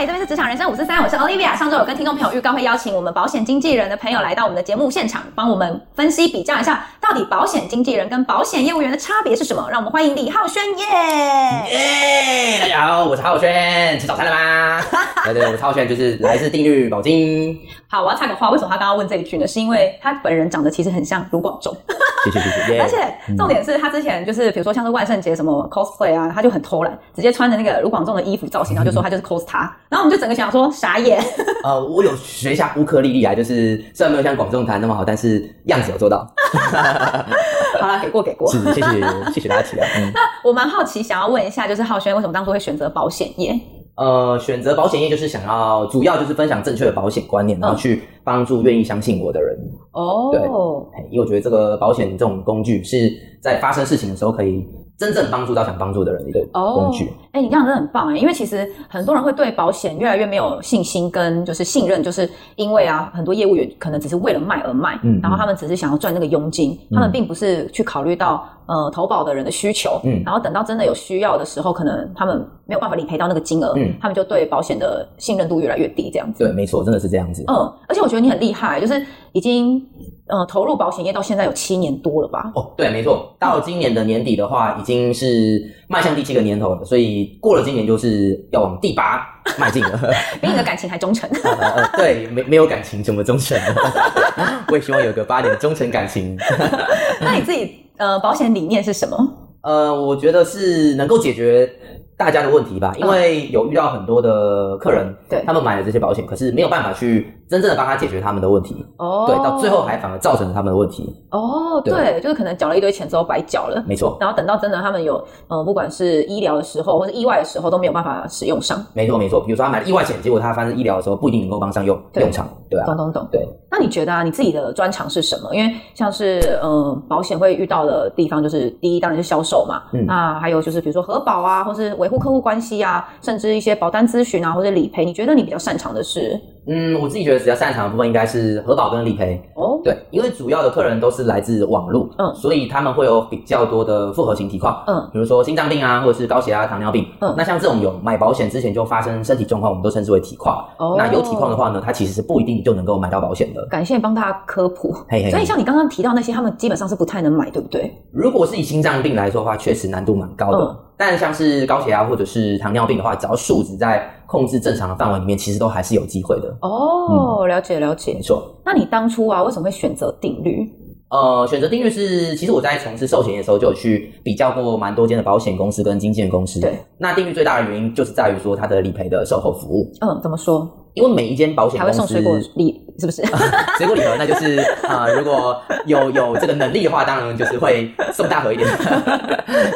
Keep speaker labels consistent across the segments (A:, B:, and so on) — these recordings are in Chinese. A: 这边是职场人生五四三，我是 Olivia。上周有跟听众朋友预告会邀请我们保险经纪人的朋友来到我们的节目现场，帮我们分析比较一下，到底保险经纪人跟保险业务员的差别是什么？让我们欢迎李浩轩耶
B: 耶！大家好，我是浩轩，吃早餐 了吗？对对，我是浩轩，就是来自定律保金。
A: 好，我要插个话，为什么他刚刚问这一句呢？是因为他本人长得其实很像卢广仲，
B: 谢谢谢谢。耶
A: 而且重点是他之前就是比如说像是万圣节什么 cosplay 啊，他就很偷懒，直接穿着那个卢广仲的衣服造型，然后就说他就是 cos 他，然后我们就整个想说傻眼。
B: 呃，我有学一下乌克丽丽啊，就是虽然没有像广仲弹那么好，但是样子有做到。
A: 好了，给过给过。
B: 是，谢谢谢谢大家体谅。 嗯
A: 我蛮好奇，想要问一下，就是浩轩为什么当初会选择保险业？
B: 呃，选择保险业就是想要，主要就是分享正确的保险观念，
A: 嗯
B: 然后去帮助愿意相信我的人。
A: 哦，
B: 哎因为我觉得这个保险这种工具是在发生事情的时候可以真正帮助到想帮助的人的一个
A: 哦
B: 工具。
A: 哎、你这样真的很棒哎，因为其实很多人会对保险越来越没有信心跟就是信任，就是因为啊，很多业务员可能只是为了卖而卖，
B: 嗯
A: 然后他们只是想要赚那个佣金，他们并不是去考虑到呃投保的人的需求，
B: 嗯
A: 然后等到真的有需要的时候，可能他们没有办法理赔到那个金额，
B: 嗯
A: 他们就对保险的信任度越来越低，这样子。
B: 对，没错，真的是这样子。
A: 嗯，而且我觉得你很厉害，就是已经呃投入保险业到现在有七年多了吧？
B: 哦，对，没错，到今年的年底的话，已经是迈向第七个年头了，所以过了今年就是要往第八迈 进了。
A: 比你的感情还忠 诚。
B: 呃呃对，没没有感情怎么忠诚？ 我也希望有个八点忠诚感情。
A: 那你自己呃保险理念是什么？
B: 呃，我觉得是能够解决大家的问题吧，
A: 嗯
B: 因为有遇到很多的客人，
A: 对
B: 他们买了这些保险，可是没有办法去真正的帮他解决他们的问题，
A: 哦
B: 对，到最后还反而造成了他们的问题。
A: 哦，对，就是可能缴了一堆钱之后白缴了。
B: 没错，
A: 然后等到真的他们有，呃，不管是医疗的时候，或者意外的时候，都没有办法使用上。
B: 没错，没错。比如说他买了意外险，结果他发生医疗的时候不一定能够帮上用
A: 对
B: 用场，对啊
A: 懂，懂懂。
B: 对。
A: 那你觉得啊，你自己的专长是什么？因为像是呃，保险会遇到的地方，就是第一当然是销售嘛，
B: 嗯
A: 那还有就是比如说核保啊，或是维护客户关系啊，甚至一些保单咨询啊，或者理赔。你觉得你比较擅长的是？
B: 嗯，我自己觉得比较擅长的部分应该是核保跟理赔。
A: 哦，
B: 对，因为主要的客人都是来自网络，
A: 嗯
B: 所以他们会有比较多的复合型情况，
A: 嗯，
B: 比如说心脏病啊，或者是高血压、糖尿病。
A: 嗯
B: 那像这种有买保险之前就发生身体状况，我们都称之为体况。
A: 哦
B: 那有体况的话呢，它其实是不一定就能够买到保险的。
A: 感谢帮大家科普。
B: 嘿嘿
A: 所以
B: 嘿，
A: 像你刚刚提到那些，他们基本上是不太能买，对不对？
B: 如果是以心脏病来说的话，确实难度蛮高的。
A: 嗯
B: 但像是高血压或者是糖尿病的话，只要数值在控制正常的范围里面，其实都还是有机会的。
A: 哦，
B: 嗯
A: 了解了
B: 没
A: 解。
B: 错。
A: 那你当初啊，为什么会选择定律？
B: 呃，选择订阅是，其实我在从事寿险业的时候就有去比较过蛮多间的保险公司跟经纪人公司。
A: 对，
B: 那订阅最大的原因就是在于说它的理赔的售后服务，
A: 嗯，怎么说？
B: 因为每一间保险
A: 还
B: 公
A: 会
B: 司
A: 送水果礼，是不是？
B: 水果礼盒，那就是啊、呃如果有有这个能力的话，当然就是会送大盒一点。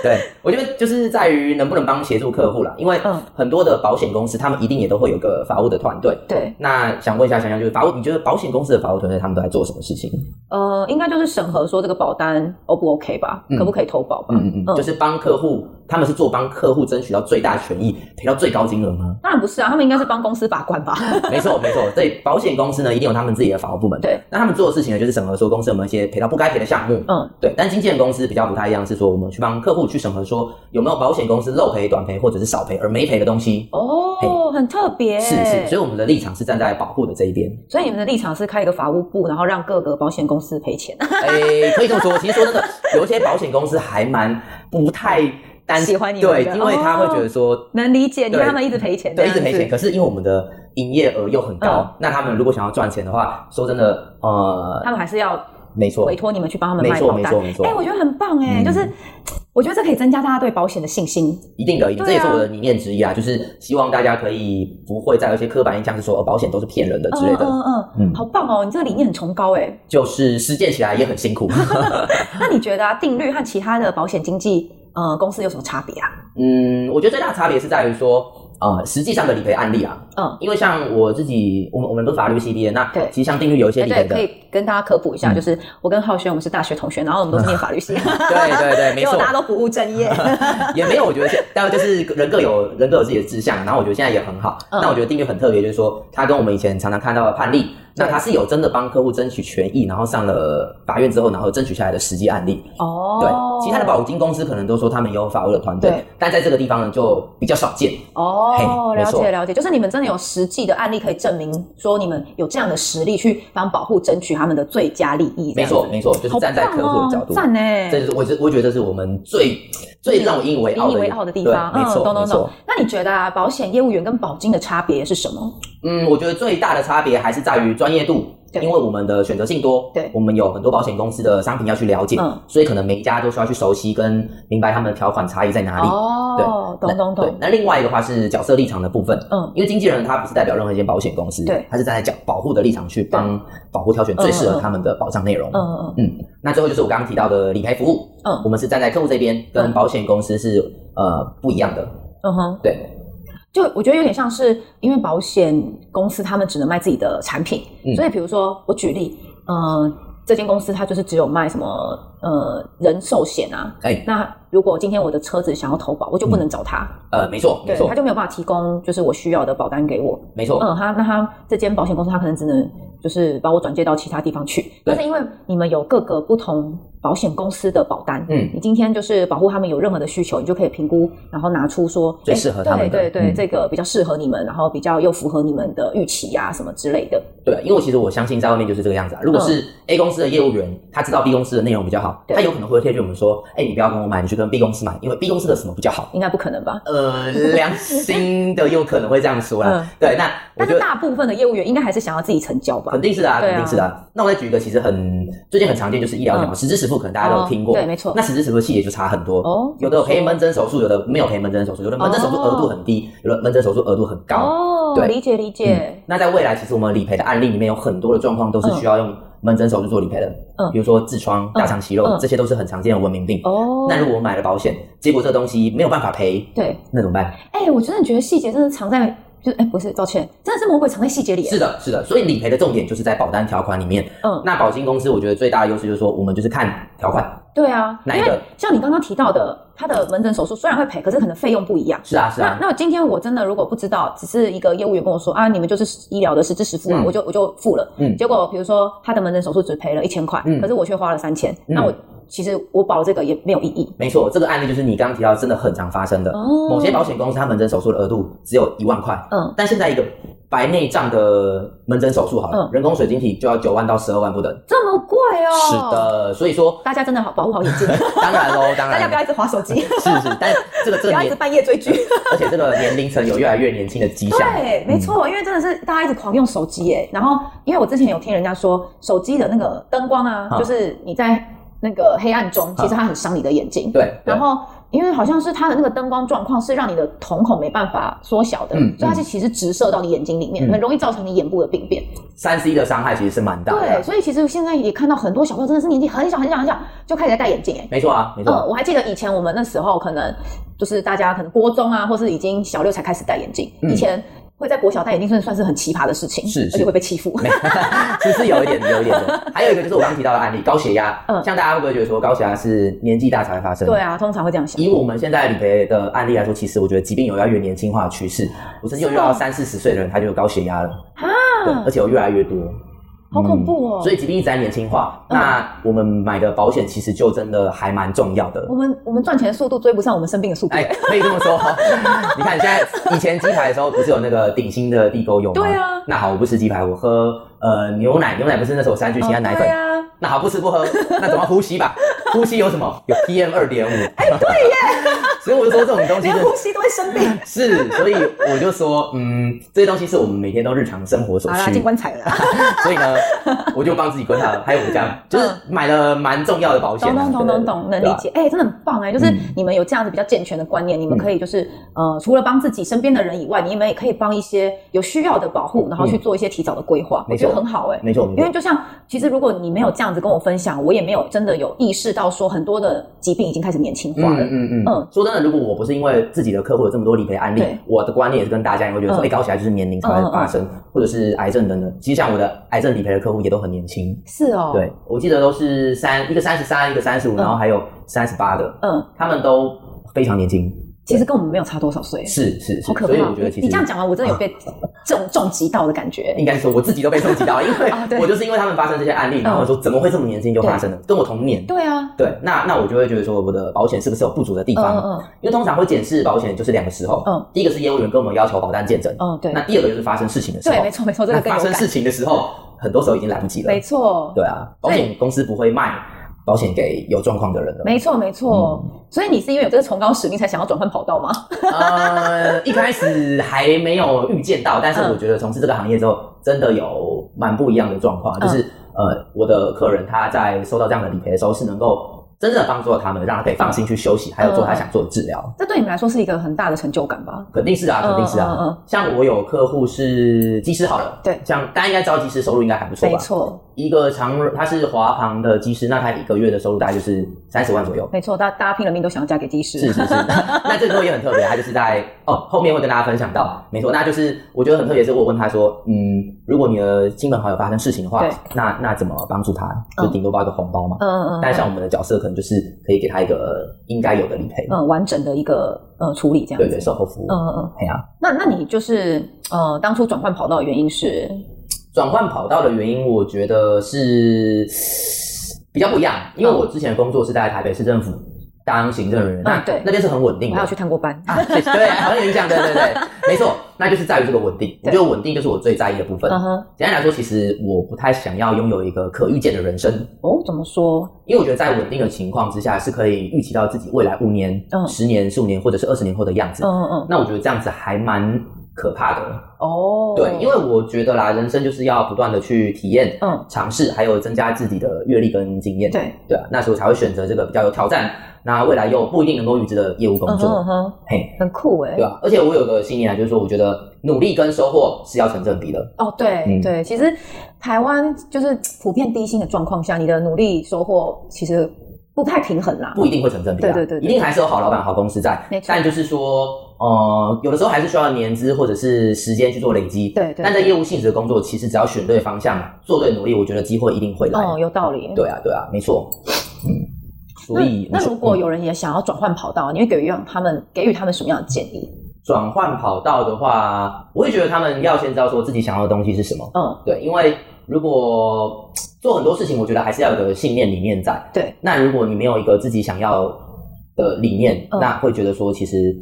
B: 对，我觉得就是在于能不能帮协助客户啦，因为
A: 嗯
B: 很多的保险公司他们一定也都会有个法务的团队。
A: 对，
B: 那想问一下，想想就是法务，你觉得保险公司的法务团队他们都在做什么事情？
A: 呃，应该就是审核说这个保单 O 不 OK 吧，
B: 嗯
A: 可不可以投保吧？
B: 嗯嗯嗯，就是帮客户，他们是做帮客户争取到最大权益，赔到最高金额 吗？
A: 当然不是啊，他们应该是帮公司把关吧？
B: 没错没错，所以保险公司呢一定有他们自己的法务部门。
A: 对，
B: 那他们做的事情呢，就是审核说公司有没有一些赔到不该赔的项目。
A: 嗯，
B: 对，但经纪人公司比较不太一样，是说我们去帮客户去审核说有没有保险公司漏赔、短赔或者是少赔而没赔的东西。
A: 哦，很特别。
B: 是是，所以我们的立场是站在保护的这一边。
A: 所以你们的立场是开一个法务部，然后让各个保险公司赔 钱。
B: 诶、 可以这么哎说。其实说真的，有一些保险公司还蛮不太担
A: 喜欢你们
B: 对，
A: 的
B: 因为他会觉得说
A: 能理解，你
B: 对
A: 让他们一直赔钱，
B: 对，一
A: 这
B: 直
A: 样
B: 赔
A: 子嗯
B: 钱。可是因为我们的营业额又很高，那他们如果想要赚钱的话，说真的，呃，
A: 他们还是要
B: 没错
A: 委，托你们去帮他们
B: 没
A: 卖
B: 错，
A: 保
B: 没
A: 单
B: 错，。没错
A: 哎、，我觉得很棒哎、
B: 嗯
A: 就是我觉得这可以增加大家对保险的信心。
B: 一定的，一定这
A: 对啊
B: 也是我的理念之一啊，就是希望大家可以不会再有一些刻板印象，是说、哦、保险都是骗人的之类的，
A: 嗯嗯嗯，
B: 嗯
A: 好棒哦！你这个理念很崇高哎。
B: 就是实践起来也很 辛苦。
A: 那你觉得啊，定律和其他的保险经纪呃公司有什么差别啊？
B: 嗯，我觉得最大的差别是在于说，呃，实际上的理赔案例啊，
A: 嗯，
B: 因为像我自己，我们我们都法律系毕业，那
A: 对
B: 其实像定律有一些
A: 哎
B: 理赔
A: 对，
B: 的，
A: 可以跟大家科普一下，
B: 嗯
A: 就是我跟浩轩我们是大学同学，然后我们都是念法律 系，
B: 对对对，没
A: 结果
B: 错
A: 大，家都不务正业。
B: 也没有，我觉得现，但就是人各有人各有自己的志向，然后我觉得现在也很好。
A: 嗯
B: 那我觉得订阅很特别，就是说它跟我们以前常常看到的判例，那它是有真的帮客户争取权益，然后上了法院之后，然后争取下来的实际案例。
A: 哦，
B: 对，其他的保金公司可能都说他们有法务的团队
A: 对，
B: 但在这个地方呢就比较少见。
A: 哦，
B: 嘿没
A: 了
B: 错
A: 解了解，就是你们真的有实际的案例可以证明说你们有这样的实力去帮保护争取他们的最佳利益。这
B: 没
A: 样子
B: 错，，没错，就是站在
A: 好
B: 客
A: 棒
B: 户
A: 哦
B: 的角度。
A: 赞呢，
B: 这就是我觉我觉得是我们最最让我引以为傲
A: 引
B: 的
A: 以
B: 一个
A: 为傲的地方。嗯
B: 对没错，
A: 懂
B: 没
A: 懂
B: 错
A: 懂。。那你觉得啊，保险业务员跟保金的差别是什么？
B: 嗯，我觉得最大的差别还是在于专业度，
A: 对
B: 因为我们的选择性多，
A: 对
B: 我们有很多保险公司的商品要去了解，
A: 嗯
B: 所以可能每一家都需要去熟悉跟明白他们的条款差异在哪里。
A: 哦，
B: 那
A: 懂懂
B: 对
A: 懂，，
B: 那另外一个话是角色立场的部分，
A: 嗯，
B: 因为经纪人他不是代表任何一间保险公司，
A: 对
B: 他是站在角保护的立场去帮保护挑选最适合他们的保障内容。
A: 嗯嗯
B: 那最后就是我刚刚提到的理赔服务，
A: 嗯
B: 我们是站在客户这边，跟
A: 嗯
B: 保险公司是呃不一样的。
A: 嗯哼，
B: 对，
A: 就我觉得有点像是，因为保险公司他们只能卖自己的产品，
B: 嗯
A: 所以比如说我举例，呃，这间公司它就是只有卖什么呃人寿险啊，
B: 哎、
A: 那如果今天我的车子想要投保，我就不能找他，
B: 呃，没错，没
A: 对，
B: 错
A: 他，就没有办法提供就是我需要的保单给我。
B: 没错，
A: 嗯，他那他这间保险公司，他可能只能就是把我转介到其他地方去。但是因为你们有各个不同保险公司的保单，
B: 嗯，
A: 你今天就是保护他们有任何的需求，你就可以评估，然后拿出说
B: 最
A: 哎
B: 适合他们的
A: 对对对，
B: 嗯
A: 这个比较适合你们，然后比较又符合你们的预期啊什么之类的。
B: 对，因为我其实我相信在外面就是这个样子啊。如果是 A 公司的业务员，他知道 B 公司的内容比较好，
A: 嗯对
B: 他有可能会推荐我们说：“哎、你不要跟我买，你去跟 B 公司买，因为 B 公司的什么比较好。
A: 应该不可能吧”？
B: 呃，良心的有可能会这样说啦。
A: 嗯
B: 对，那我
A: 但
B: 觉
A: 是
B: 得
A: 大部分的业务员应该还是想要自己成交吧
B: 肯？定是的、啊，
A: 对啊
B: 肯定是的啊、那我再举一个，其实很最近很常见，就是医疗险嘛，
A: 嗯
B: 实支实付，可能大家都有听过。
A: 哦对没错
B: 那实支实付的细节就差很多。
A: 哦
B: 有的有赔门诊手术，有的没有赔门诊手术，有的门诊手术额度很低，有的门诊手术额度很高。
A: 哦，
B: 对
A: 理解理解，
B: 嗯那在未来，其实我们理赔的案例里面有很多的状况都是需要用门诊手术做理赔的，
A: 嗯
B: 比如说痔疮、大肠息肉，
A: 嗯
B: 这些都是很常见的文明病。
A: 哦，
B: 嗯那如果我买了保险，结果这东西没有办法赔，
A: 对。
B: 那怎么办？
A: 哎、我真的觉得细节真的藏在，就是哎、不是，抱歉，真的是魔鬼藏在细节里。
B: 是的，是的，所以理赔的重点就是在保单条款里面。
A: 嗯，
B: 那保金公司我觉得最大的优势就是说，我们就是看条款。
A: 对啊，
B: 哪一
A: 因
B: 个
A: 为像你刚刚提到的，他的门诊手术虽然会赔，可是可能费用不一样。
B: 是啊，是
A: 那
B: 啊，
A: 那今天我真的如果不知道，只是一个业务员跟我说啊，你们就是医疗的实支实付啊，
B: 嗯
A: 我就我就付了。
B: 嗯
A: 结果比如说他的门诊手术只赔了一千块，
B: 嗯
A: 可是我却花了三千、那
B: 嗯
A: 我其实我保这个也没有意义。
B: 没错，这个案例就是你刚刚提到，真的很常发生的。
A: 哦
B: 某些保险公司它门诊手术的额度只有一万块，
A: 嗯，
B: 但现在一个白内障的门诊手术好了，
A: 嗯
B: 人工水晶体就要九万到十二万不等。
A: 这么贵哦。
B: 是，的，所以说
A: 大家真的好保护好 眼睛，
B: 当然 喽，当
A: 大家
B: 然
A: 不要一直划手机，
B: 是是，但这个这
A: 不
B: 个
A: 要一直
B: 年，
A: 半夜追剧。
B: 而且这个年龄层有越来越年轻的迹象。
A: 对，没错，
B: 嗯
A: 因为真的是大家一直狂用手机耶。然后，因为我之前有听人家说，手机的那个灯光啊，
B: 嗯
A: 就是你在那个黑暗中，其实它很伤你的眼睛。
B: 对，对
A: 然后，因为好像是它的那个灯光状况是让你的瞳孔没办法缩小的，
B: 嗯
A: 所以它是其实直射到你眼睛里面，
B: 嗯
A: 很容易造成你眼部的病变。
B: 三 C 的伤害其实是蛮大
A: 对，
B: 的。
A: 所以其实现在也看到很多小朋友真的是年纪很小很小很小就开始在戴眼镜耶。
B: 没错啊，没
A: 嗯，
B: 错，
A: 我还记得以前我们那时候可能就是大家可能国中啊，或是已经小六才开始戴眼镜，
B: 嗯
A: 以前。会在国小戴眼镜，算算是很奇葩的事情，
B: 是是
A: 而且会被欺 负。
B: 没，其实有一点，有一点的。还有一个就是我刚刚提到的案例，高血压。
A: 嗯
B: 像大家会不会觉得说高血压是年纪大才会发生？
A: 对。啊，通常会这样想
B: 以。我们现在理赔的案例来说，其实我觉得疾病有越来越年轻化的趋势。我曾经有遇到
A: 是哦
B: 三四十岁的人，他就有高血压了，对，
A: 啊
B: 而，且有越来越多，嗯
A: 好恐怖哦
B: 所以疾病一直在年轻化，
A: 嗯
B: 那我们买的保险其实就真的还蛮重要的
A: 我。们我们赚钱的速度追不上我们生病的速度
B: 哎。，可以这么说。你看，现在以前鸡排的时候，不是有那个顶新的地沟油吗？
A: 对啊
B: 那好，我不吃鸡排，我喝呃牛奶。牛奶不是那时候三聚氰胺奶粉
A: 对。啊，
B: 那好，不吃不喝，那总要呼吸吧？呼吸有什么？有 PM 二点五。哎，对耶。 所以我就说这种东西
A: 连
B: 是
A: 呼吸都会生病。
B: 是，所以我就说，嗯，这些东西是我们每天都日常生活所
A: 好啦，
B: 需
A: 进。棺材了啦。
B: 所以呢，我就帮自己规划了。还有我们这样，就是买了蛮重要的保险
A: 懂
B: 啊。
A: 嗯懂懂懂懂，能理
B: 解。
A: 解。哎，真的很棒哎，就是
B: 啊嗯
A: 你们有这样子比较健全的观念，你们可以就是呃，除了帮自己身边的人以外，你们也可以帮一些有需要的保护，然后去做一些提早的规划，
B: 嗯没
A: 我
B: 错
A: 觉得很好哎。
B: 啊没错没
A: 因
B: 错
A: 为。就像，其实如果你没有这样子跟我分享，我也没有真的有意识到说，很多的疾病已经开始年轻化
B: 嗯
A: 了。
B: 嗯嗯
A: 嗯
B: 嗯，说真的，如果我不是因为自己的客户有这么多理赔案例
A: 对，
B: 我的观念也是跟大家一样，会觉得说，
A: 嗯
B: 哎、高血压就是年龄才会发生，或者是癌症等等。其实像我的癌症理赔的客户也都很年轻，
A: 是哦，，
B: 对我记得都是三一个三十三，一个三十五，然后还有三十八的，
A: 嗯，
B: 他们都非常年轻，
A: 其实跟我们没有差多少岁，
B: 是是是
A: 好，可怕
B: 所以。我觉得其
A: 你
B: 实啊
A: 这样讲完，我真的有被重重击到的感觉。
B: 应该说我自己都被冲击到，因
A: 啊对嗯
B: 为我就是因为他们发生这些案例，然后我说怎么会这么年轻就发生了，跟我同年。
A: 对啊，
B: 对，那那我就会觉得说我的保险是不是有不足的地
A: 嗯
B: 方？
A: 嗯
B: 因为通常会检视保险就是两个时候，
A: 嗯
B: 第一个是业务员跟我们要求保单见证，
A: 嗯，对
B: 那，第二个就是发生事情的时候。
A: 对，没错没错，这个
B: 那
A: 更
B: 发
A: 有
B: 生
A: 感，
B: 事情的时候，很多时候已经来不及了
A: 没。错，
B: 对啊，保险公司不会卖保险给有状况的人的。
A: 没错没错。
B: 嗯
A: 所以你是因为有这个崇高使命才想要转换跑道吗？
B: 呃，一开始还没有预见到，但是
A: 嗯
B: 我觉得从事这个行业之后，真的有蛮不一样的状况，
A: 嗯
B: 就是呃，我的客人他在收到这样的理赔的时候，是能够真正的帮助到他们，让他可以放心去休息，还有做他想做的治疗。
A: 这对你们来说是一个很大的成就感吧？
B: 肯定是啊，肯定是啊。
A: 嗯嗯嗯嗯
B: 像我有客户是技师好了，
A: 对
B: 像大家应该知道技师收入应该还不错
A: 没
B: 吧？
A: 错
B: 一个常他是华航的技师，那他一个月的收入大概就是三十万左右。
A: 没错，大大家拼了命都想要嫁给技师，
B: 是是 是，那这个客户也很特别，他就是在哦后面会跟大家分享到，没错，那就是我觉得很特别，是我问他说，嗯，如果你的亲朋好友发生事情的话
A: 对，
B: 那那怎么帮助他？
A: 嗯
B: 就顶多包一个红包嘛。
A: 嗯嗯
B: 但
A: 嗯
B: 像我们的角色，可能就是可以给他一个呃应该有的理赔，
A: 嗯，完整的一个呃处理这样
B: 对
A: 子
B: 对，。售后服务
A: 嗯。嗯嗯，
B: 哎呀，
A: 那那你就是呃当初转换跑道的原因是
B: 嗯转换跑道的原因，我觉得是呃比较不一样，因为我之前的工作是在台北市政府当行政人员，那
A: 嗯对
B: 那边是很稳定
A: 我
B: 的，
A: 还要去探过班，
B: 啊，谢谢对，好像有影响，对对对，没错，那就是在于这个稳定。我觉得稳定就是我最在意的部分。
A: 嗯哼，
B: 简单来说，其实我不太想要拥有一个可预见的人生，
A: 哦，怎么说？
B: 因为我觉得在稳定的情况之下，是可以预期到自己未来五年
A: 嗯、
B: 十、年、十五年或者是二十年后的样子。
A: 嗯嗯嗯，
B: 那我觉得这样子还蛮可怕的。
A: 哦，
B: 对，因为我觉得啦，人生就是要不断的去体验、
A: 嗯，
B: 尝试，还有增加自己的阅历跟经验。
A: 对，
B: 对啊，那时候才会选择这个比较有挑战，那未来又不一定能够预知的业务工
A: 嗯
B: 作。
A: 哼嗯哼，
B: 嘿，
A: 很酷哎
B: 对，啊吧、而且我有个信念啊，就是说，我觉得努力跟收获是要成正比的。
A: 哦，对、
B: 嗯
A: 对，其实台湾就是普遍低薪的状况下，你的努力收获其实不太平衡啦。
B: 不一定会成正比
A: 对
B: 啊，
A: 对对对
B: 一定还是有好老板、好公司在
A: 没错。
B: 但就是说，呃，有的时候还是需要年资或者是时间去做累积。
A: 对对
B: 但在业务性质的工作，其实只要选对方向、啊做对努力，我觉得机会一定会来。
A: 哦，有道理。
B: 对啊，对啊，没错。嗯，所以
A: 那那如果
B: 嗯
A: 有人也想要转换跑道，你会给予让他们给予他们什么样的建议？
B: 转换跑道的话，我会觉得他们要先知道说自己想要的东西是什么。
A: 嗯，
B: 对，因为如果做很多事情，我觉得还是要有个信念、理念在。
A: 对，
B: 那如果你没有一个自己想要的理念，
A: 嗯
B: 那会觉得说其实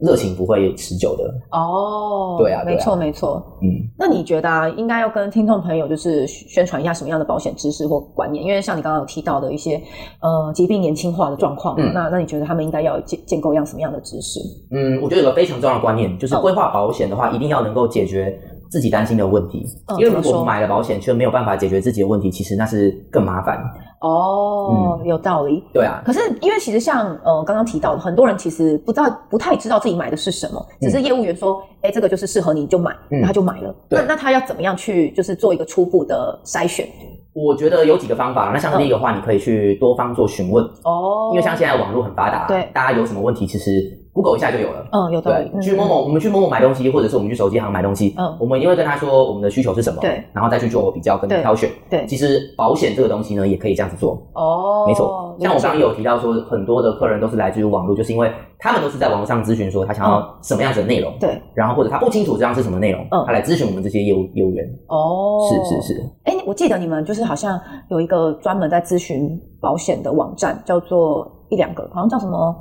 B: 热情不会持久的。
A: 哦，
B: 对啊对
A: 没
B: 啊
A: 错没错。
B: 嗯，
A: 那你觉得啊，应该要跟听众朋友就是宣传一下什么样的保险知识或观念？因为像你刚刚有提到的一些呃疾病年轻化的状况，
B: 嗯
A: 那那你觉得他们应该要建建构一样什么样的知识？
B: 嗯，我觉得有个非常重要的观念，就是
A: 嗯
B: 规划保险的话，一定要能够解决自己担心的问题。
A: 嗯
B: 因为
A: 怎么
B: 如
A: 说
B: 果买了保险却没有办法解决自己的问题，其实那是更麻烦。
A: 哦，有道理。
B: 对啊，
A: 可是，因为其实像呃刚刚提到的，很多人其实不知道不太知道自己买的是什么，只是业务员说，哎、这个就是适合你，你就买，
B: 嗯
A: 那他就买了。
B: 对
A: 那那他要怎么样去就是做一个初步的筛选？
B: 我觉得有几个方法。那像第一个的话，你可以去多方做询问，
A: 嗯哦
B: 因为像现在网络很发达，
A: 对
B: 大家有什么问题其实 Google 一下就有了。
A: 嗯有道理，
B: 对，去某某，我们去某某买东西，或者是我们去手机行买东西，
A: 嗯
B: 我们一定会跟他说我们的需求是什么，
A: 对，
B: 然后再去做比较跟
A: 对
B: 挑选。
A: 对
B: 其实保险这个东西呢，也可以这样子做，
A: 哦，
B: 没错。像我刚刚有提到说，很多的客人都是来自于网络，就是因为他们都是在网络上咨询说他想要什么样子的内容，
A: 对
B: 然后或者他不清楚这样是什么内容，
A: 嗯
B: 他来咨询我们这些业务业务员。
A: 哦，
B: 是是。是，
A: 哎、我记得你们就是好像有一个专门在咨询保险的网站，叫做一两个，好像叫什么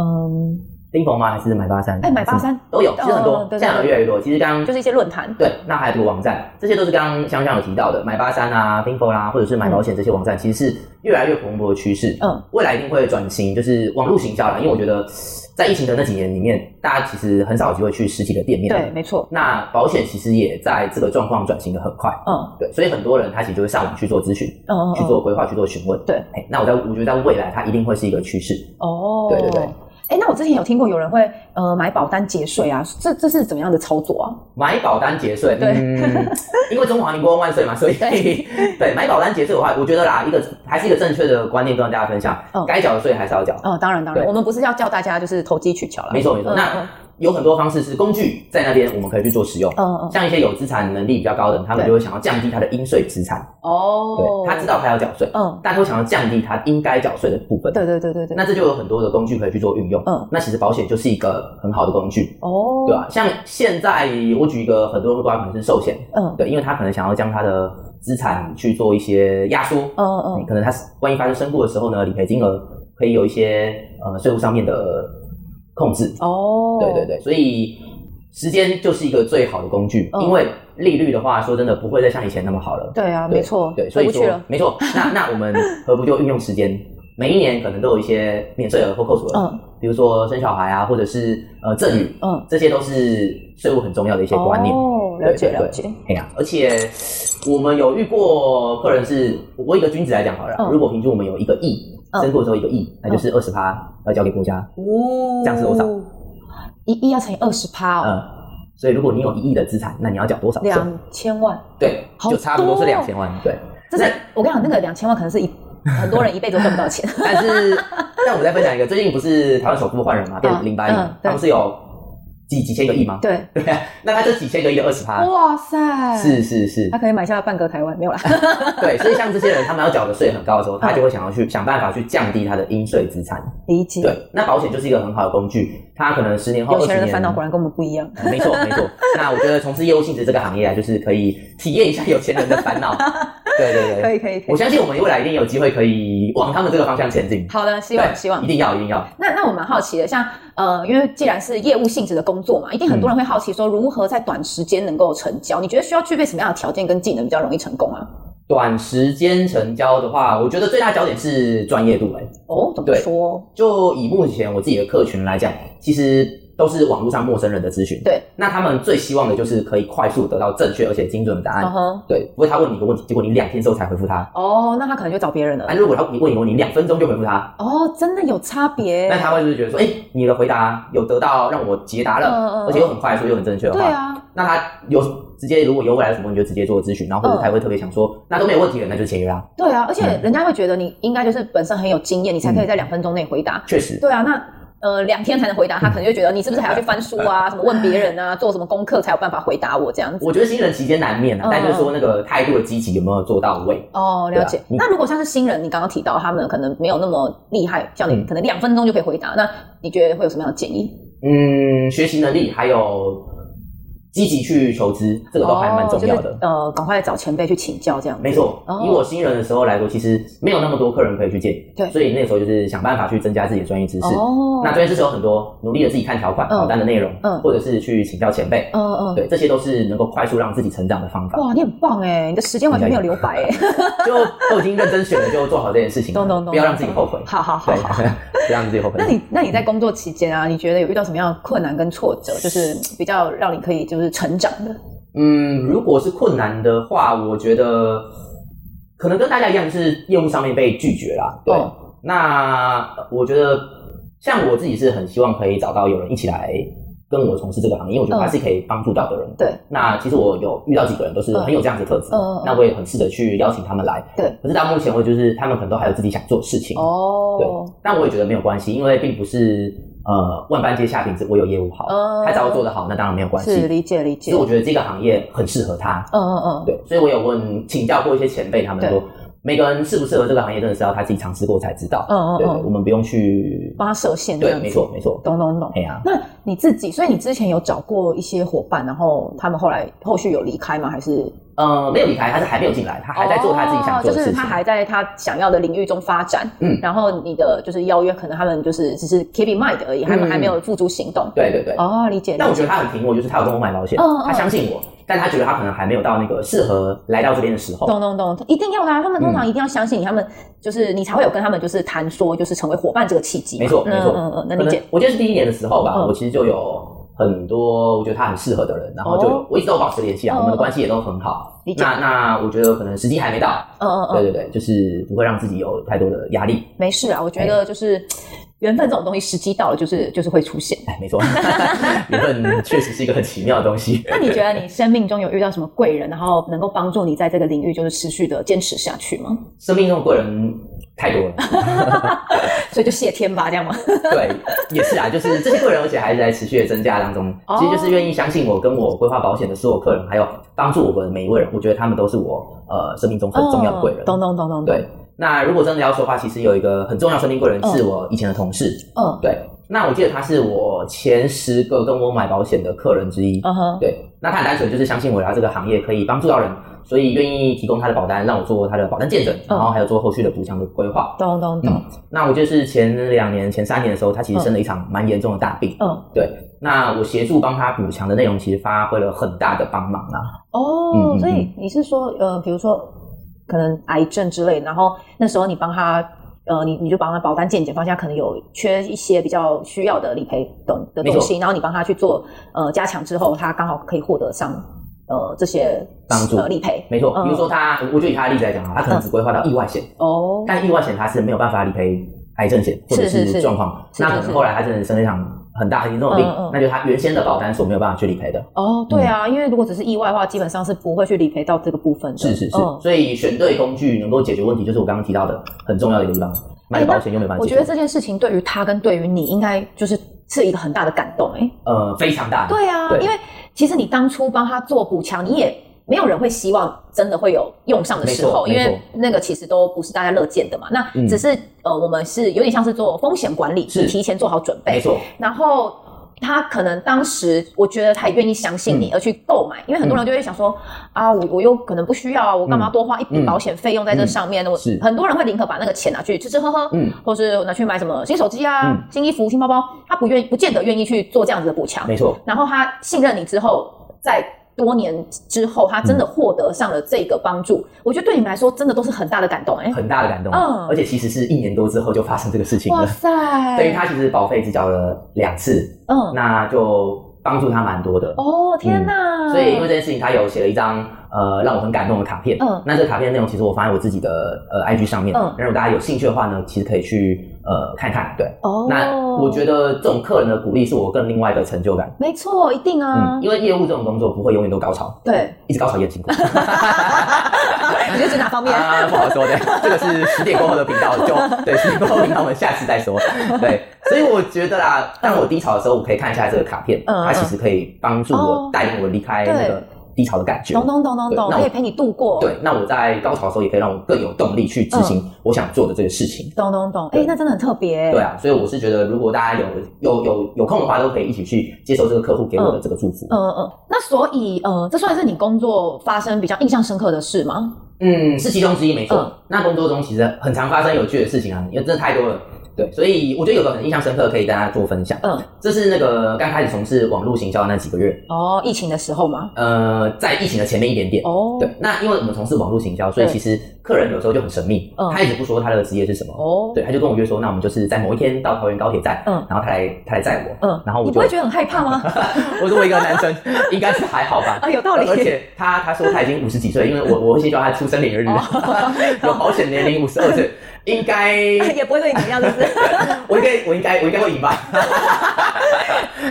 A: 嗯，
B: 丁鹏吗？还是买八三？
A: 哎买八三
B: 是都有，其实很多
A: 哦，对对
B: 现在有
A: 对
B: 越来越多。其实刚刚
A: 就是一些论坛。
B: 对，那还有这个网站，这些都是刚刚香香有提到的，买八三啊、冰 o 啦，或者是买保险这些网站，其实是越来越蓬勃的趋势。
A: 嗯，
B: 未来一定会转型，就是网络行销啦。因为我觉得在疫情的那几年里面，大家其实很少有机会去实体的店面。
A: 对，，没错。
B: 那保险其实也在这个状况转型的很快。
A: 嗯
B: 对，所以很多人他其实就会上网去做咨询、
A: 嗯嗯，
B: 去
A: 嗯
B: 做规划、去做询问。
A: 对
B: 哎，那我在我觉得在未来它一定会是一个趋势。
A: 哦，
B: 对对对。
A: 哎，那我之前有听过有人会呃买保单节税啊，这这是怎么样的操作啊？
B: 买保单节税，
A: 对
B: 嗯，因为中华民国万岁嘛，所以 对买保单节税的话，我觉得啦，一个还是一个正确的观念跟大家分享
A: 嗯，
B: 该缴的税还是要缴。
A: 哦，当然当然，
B: 对
A: 我们不是要叫大家就是投机取巧啦。
B: 没错没错，
A: 嗯
B: 那
A: 嗯
B: 有很多方式是工具在那边，我们可以去做使用。
A: 嗯嗯
B: 像一些有资产能力比较高的人，他们
A: 对
B: 就会想要降低他的应税资产，
A: 哦
B: 对，，他知道他要缴税，
A: 嗯，
B: 但他会想要降低他应该缴税的部分。
A: 对对对对对，
B: 那这就有很多的工具可以去做运用。
A: 嗯
B: 那其实保险就是一个很好的工具，
A: 哦，
B: 对吧、啊像现在我举一个很多人会关可能是寿险，
A: 嗯
B: 对，因为他可能想要将他的资产去做一些压缩，
A: 嗯嗯
B: 可能他万一发生身故的时候呢，理赔金额可以有一些呃税务上面的控制。
A: 哦，
B: 对对，对，所以时间就是一个最好的工具，
A: 嗯
B: 因为利率的话，说真的不会再像以前那么好了。
A: 对啊，
B: 对
A: 没错，
B: 对，所以
A: 回不去
B: 说
A: 了，
B: 没错，那那我们何不就运用时间？每一年可能都有一些免税额或扣除额，
A: 嗯
B: 比如说生小孩啊，或者是呃赠与，
A: 嗯，
B: 这些都是税务很重要的一些观念。
A: 哦，了解
B: 对对对
A: 了解，
B: 哎呀、而且我们有遇过客人是，我一个君子来讲好了啦，
A: 嗯
B: 如果平均我们有一个亿，
A: 嗯
B: 申购之后一个亿，那就是二十趴要交给国家，
A: 哦，
B: 这样是多少？
A: 一亿要乘以二十趴哦，
B: 嗯。所以，如果你有一亿的资产，那你要缴多少税？
A: 两千万，
B: 对，
A: 好
B: 就差不多是
A: 多
B: 两
A: 哦
B: 千万。对，
A: 这是我跟你讲，那个两千万可 能是一很多人一辈子都赚不到钱，
B: 但是， 但我再分享一个，最近不是台湾首富换人嘛，变
A: 嗯
B: 零八亿
A: 嗯，对
B: 他不是有几几千个亿吗？
A: 对，
B: 对啊，那他这几千个亿的二十趴，
A: 哇塞，
B: 是是是
A: 他，可以买下半个台湾，没有 啦，
B: 对，所以像这些人，他们要缴的税很高的时
A: 嗯
B: 候，他就会想要去想办法去降低他的应税资产。
A: 理解。
B: 对，那保险就是一个很好的工具，它可能十年后、
A: 有
B: 二十
A: 钱人
B: 年
A: 的烦恼果然跟我们不一样。
B: 呃没错没错。那我觉得从事业务性质这个行业啊，就是可以体验一下有钱人的烦恼。对对
A: 可
B: 对，
A: 以可以可
B: 我
A: 以。
B: 相信我们未来一定有机会可以往他们这个方向前进。
A: 好的，希
B: 对，
A: 望希望
B: 一。定要一定要。
A: 那那我蛮好奇的，像呃，因为既然是业务性质的工作嘛，一定很
B: 嗯
A: 多人会好奇说，如何在短时间能够成交？你觉得需要具备什么样的条件跟技能比较容易成功啊？
B: 短时间成交的话，我觉得最大焦点是专业度、欸。
A: 哦，怎么
B: 对
A: 说？
B: 就以目前我自己的客群来讲，其实都是网络上陌生人的咨询。
A: 对，
B: 那他们最希望的就是可以快速得到正确而且精准的答案。
A: 嗯哼，
B: 对，不会他问你一个问题，结果你两天之后才回复他。
A: 哦，那他可能就找别人了
B: 啊，。如果他你问你问你两分钟就回复他，
A: 哦，真的有差别
B: 那。他会就是觉得说，哎、你的回答有得到让我解答了，
A: 嗯嗯嗯
B: 而且又很快速又很正确的
A: 对
B: 话，
A: 啊，
B: 那他有直接如果有未来有什么问题就直接做咨询，然后或
A: 嗯
B: 者他也会特别想说，那都没有问题了，那就签约啦。
A: 对啊，而且
B: 嗯
A: 人家会觉得你应该就是本身很有经验，你才可以在两分钟内回答。
B: 确实，
A: 对啊，那呃两天才能回答，他可能就觉得你是不是还要去翻书啊，什么问别人啊，做什么功课才有办法回答我这样子。
B: 我觉得新人期间难免啊，
A: 嗯
B: 但就是说那个态度的积极有没有做到位？
A: 哦，了解
B: 对啊。你
A: 那如果像是新人，你刚刚提到他们可能没有那么厉害，像你
B: 嗯
A: 可能两分钟就可以回答，那你觉得会有什么样的建议？
B: 嗯，学习能力还有积极去求知，这个都还蛮重要的。
A: 哦就是、呃，赶快找前辈去请教这样子。
B: 没错，
A: 哦
B: 以我新人的时候来说，其实没有那么多客人可以去见，
A: 对
B: 所以那时候就是想办法去增加自己的专业知识。
A: 哦，
B: 那专业知识有很多，努力的自己看条款、
A: 嗯
B: 保单的内容，
A: 嗯
B: 或者是去请教前辈，
A: 嗯嗯。
B: 对，这些都是能够快速让自己成长的方法。
A: 哇，你很棒哎！你的时间完全没有留白哎，
B: 就都已经认真选了，就做好这件事情，
A: 懂懂懂，
B: 不要让自己后悔。
A: 好好好
B: 对，
A: 好。
B: 不要让自己后悔。
A: 那你那你在工作期间啊，你觉得有遇到什么样的困难跟挫折，就是比较让你可以就是成长的？
B: 嗯，如果是困难的话，我觉得可能跟大家一样，就是业务上面被拒绝啦。对，
A: 哦
B: 那呃我觉得像我自己是很希望可以找到有人一起来跟我从事这个行业，因为我觉得
A: 嗯
B: 他是可以帮助到的人。
A: 对，
B: 那其实我有遇到几个人都是很有这样子的特质，
A: 嗯嗯嗯
B: 那我也很试着去邀请他们来。
A: 对，
B: 可是到目前为止，就是他们可能都还有自己想做的事情。
A: 哦，
B: 但我也觉得没有关系，因为并不是呃万般皆下品，只我有业务好，
A: 嗯
B: 他找我做得好，那当然没有关系。
A: 是理解理
B: 其
A: 解
B: 实。我觉得这个行业很适合他，
A: 嗯嗯嗯，
B: 对，所以我有问请教过一些前辈，他们说每个人适不适合这个行业，真的是要他自己尝试过才知道。
A: 嗯嗯
B: 对，
A: 嗯
B: 我们不用去
A: 帮他设限这
B: 对
A: 样，子。
B: 没错没错，
A: 懂懂懂。
B: 哎呀，
A: 那你自己，所以你之前有找过一些伙伴，然后他们后来后续有离开吗？还是
B: 呃，没有离开，他是还没有进来，他还在做他自己想做
A: 哦就
B: 的事
A: 是
B: 情
A: 他。还在他想要的领域中发展。
B: 嗯
A: 然后你的就是邀约，可能他们就是只是 keep in mind 而已，还没
B: 嗯
A: 还没有付诸行动。
B: 对对对。
A: 哦，理解。
B: 但我
A: 理
B: 觉
A: 解
B: 得他很挺我，就是他有跟我买保险
A: 嗯嗯，
B: 他相信我，但他觉得他可能还没有到那个适合来到这边的时候。
A: 懂懂懂，一定要的、啊，他们通常一定要相信你，他们就是你才会有跟他们就是谈说，就是成为伙伴这个契机嘛。
B: 没错
A: 嗯
B: 没错
A: 嗯嗯，能
B: 可
A: 理
B: 能
A: 解。
B: 我记得是第一年的时候吧，
A: 嗯
B: 我其实就有很多我觉得他很适合的人，然后就有、
A: 哦
B: 我一直都有保持联系啊，
A: 嗯
B: 我们的关系也都很好。
A: 理解
B: 那那我觉得可能时机还没到，
A: 嗯嗯嗯
B: 对，对对，就是不会让自己有太多的压力。
A: 没事啊，我觉得就是缘分这种东西，时机到了就是就是会出现。
B: 哎，没 错，缘分确实是一个很奇妙的东西。
A: 那你觉得你生命中有遇到什么贵人，然后能够帮助你在这个领域就是持续的坚持下去吗？
B: 生命中的贵人太多了，
A: 所以就谢天吧，这样吗？
B: 对，也是啊，就是这些贵人，而且还在持续的增加当中
A: 哦。
B: 其实就是愿意相信我，跟我规划保险的所有客人，还有帮助我的每一位人，我觉得他们都是我呃生命中很重要的贵人
A: 哦。懂懂懂懂懂。
B: 对，那如果真的要说的话，其实有一个很重要的生命贵人是我以前的同事。
A: 嗯
B: 对，那我记得他是我前十个跟我买保险的客人之一。
A: 嗯哼，
B: 对，那他很单纯就是相信我，然后这个行业可以帮助到人，所以愿意提供他的保单，让我做他的保单见证，
A: 哦
B: 然后还有做后续的补强的规划。
A: 懂懂懂。
B: 那我就是前两年、前三年的时候，他其实生
A: 哦
B: 了一场蛮严重的大病。
A: 嗯，
B: 对。那我协助帮他补强的内容，其实发挥了很大的帮忙啊。嗯
A: 哦，
B: 嗯
A: 所以你是说，呃，比如说可能癌症之类，然后那时候你帮他，呃，你你就帮他保单健检，发现他可能有缺一些比较需要的理赔等的
B: 没
A: 东
B: 错
A: 西，然后你帮他去做呃加强之后，他刚好可以获得上呃这些
B: 帮助
A: 呃理赔
B: 没错，
A: 嗯
B: 比如说他，我就以他的例子来讲啊，他可能只规划到意外险，
A: 哦。
B: 但意外险它是没有办法理赔癌症险或者
A: 是是是
B: 是状况。
A: 是
B: 那
A: 是
B: 可
A: 是
B: 能后来他真的生了一场很大很严重的病，
A: 嗯嗯
B: 那就是他原先的保单所没有办法去理赔的。
A: 哦，对啊，因为如果只是意外的话，基本上是不会去理赔到这个部分的。
B: 嗯是是是，
A: 嗯
B: 所以选对工具能够解决问题，就是我刚刚提到的很重要的一个地方。买保险又没办法
A: 我
B: 解
A: 觉
B: 决，
A: 得这件事情对于他跟对于你，应该就是是一个很大的感动哎、
B: 呃非常大的。
A: 对啊，
B: 对
A: 因为其实你当初帮他做补强，你也没有人会希望真的会有用上的时候，
B: 没
A: 因
B: 错
A: 为
B: 没
A: 那个其实都不是大家乐见的嘛。那
B: 嗯
A: 只是、呃，我们是有点像是做风险管理，
B: 是
A: 提前做好准备
B: 没。错，
A: 然后他可能当时我觉得他也愿意相信
B: 嗯
A: 你而去购买，因为很多人就会想说、啊，我我又可能不需要啊，我干嘛多花一笔
B: 嗯
A: 保险费用在这上面？我
B: 是
A: 很多人会宁可把那个钱拿去吃吃喝喝，
B: 嗯
A: 或是拿去买什么新手机啊、
B: 嗯
A: 新衣服、新包包，他不愿意，不见得愿意去做这样子的补强。
B: 没错。
A: 然后他信任你之后，在多年之后，他真的获得上了这个帮助，我觉得对你们来说真的都是很大的感动哎、
B: 很大的感动，
A: 嗯
B: 而且其实是一年多之后就发生这个事情
A: 哇
B: 了。
A: 塞！
B: 等于他其实保费只缴了两次，
A: 嗯，
B: 那就帮助他蛮多的。
A: 哦天哪！
B: 嗯所以因为这件事情，他有写了一张呃让我很感动的卡片。
A: 嗯
B: 那这个卡片内容其实我放在我自己的呃 IG 上面，
A: 嗯
B: 那如果大家有兴趣的话呢，其实可以去呃看看。对，
A: 哦，
B: 那我觉得这种客人的鼓励是我更另外的成就感。
A: 没错，一定啊
B: 嗯，，因为业务这种工作不会永远都高潮，
A: 对，
B: 一直高潮也很辛苦。
A: 你是指哪方 面？
B: 啊，不好说 的，这个是十点过后的频道，就对十点过后的频道，我们下次再 说。对，所以我觉得啦，当我低潮的时候，我可以看一下这个卡片，
A: 嗯嗯
B: 它其实可以帮助我
A: 哦
B: 带领我离开那
A: 对
B: 个低潮的感觉。
A: 懂懂懂懂
B: 对
A: 懂，
B: 那
A: 可
B: 我
A: 以陪你度过。，
B: 对，那我在高潮的时候，也可以让我更有动力去执
A: 嗯
B: 行我想做的这个事情。
A: 懂懂懂，
B: 对
A: 哎，那真的很特别。
B: 对，啊，所以我是觉得，如果大家有有有有空的话，都可以一起去接受这个客户给我的这个祝福。
A: 嗯嗯，那所以呃，这算是你工作发生比较印象深刻的事吗？
B: 嗯，是其中之一，没错。
A: 嗯
B: 那工作中其实很常发生有趣的事情啊，因为真的太多了。对，所以我觉得有个很印象深刻，可以跟大家做分享。
A: 嗯，
B: 这是那个刚开始从事网络行销的那几个月，
A: 哦，疫情的时候吗？
B: 呃，在疫情的前面一点点。
A: 哦，
B: 对，，那因为我们从事网络行销，所以
A: 对
B: 其实客人有时候就很神秘，
A: 嗯
B: 他一直不说他的职业是什么。
A: 哦，
B: 对，他就跟我约说，那我们就是在某一天到桃园高铁站，
A: 嗯
B: 然后他来他来载我，
A: 嗯，
B: 然后
A: 你
B: 我
A: 不
B: 就
A: 会觉得很害怕吗？
B: 我作为一个男生，应该是还好 吧。
A: 啊，有道
B: 而
A: 理。
B: 且他他说他已经五十几岁，因为我我会先叫他出生年月日
A: 哦，
B: 有保险年龄五十二岁，应 该
A: 也不会对你怎么样，是不是？
B: 我应该我应该我应该会赢吧？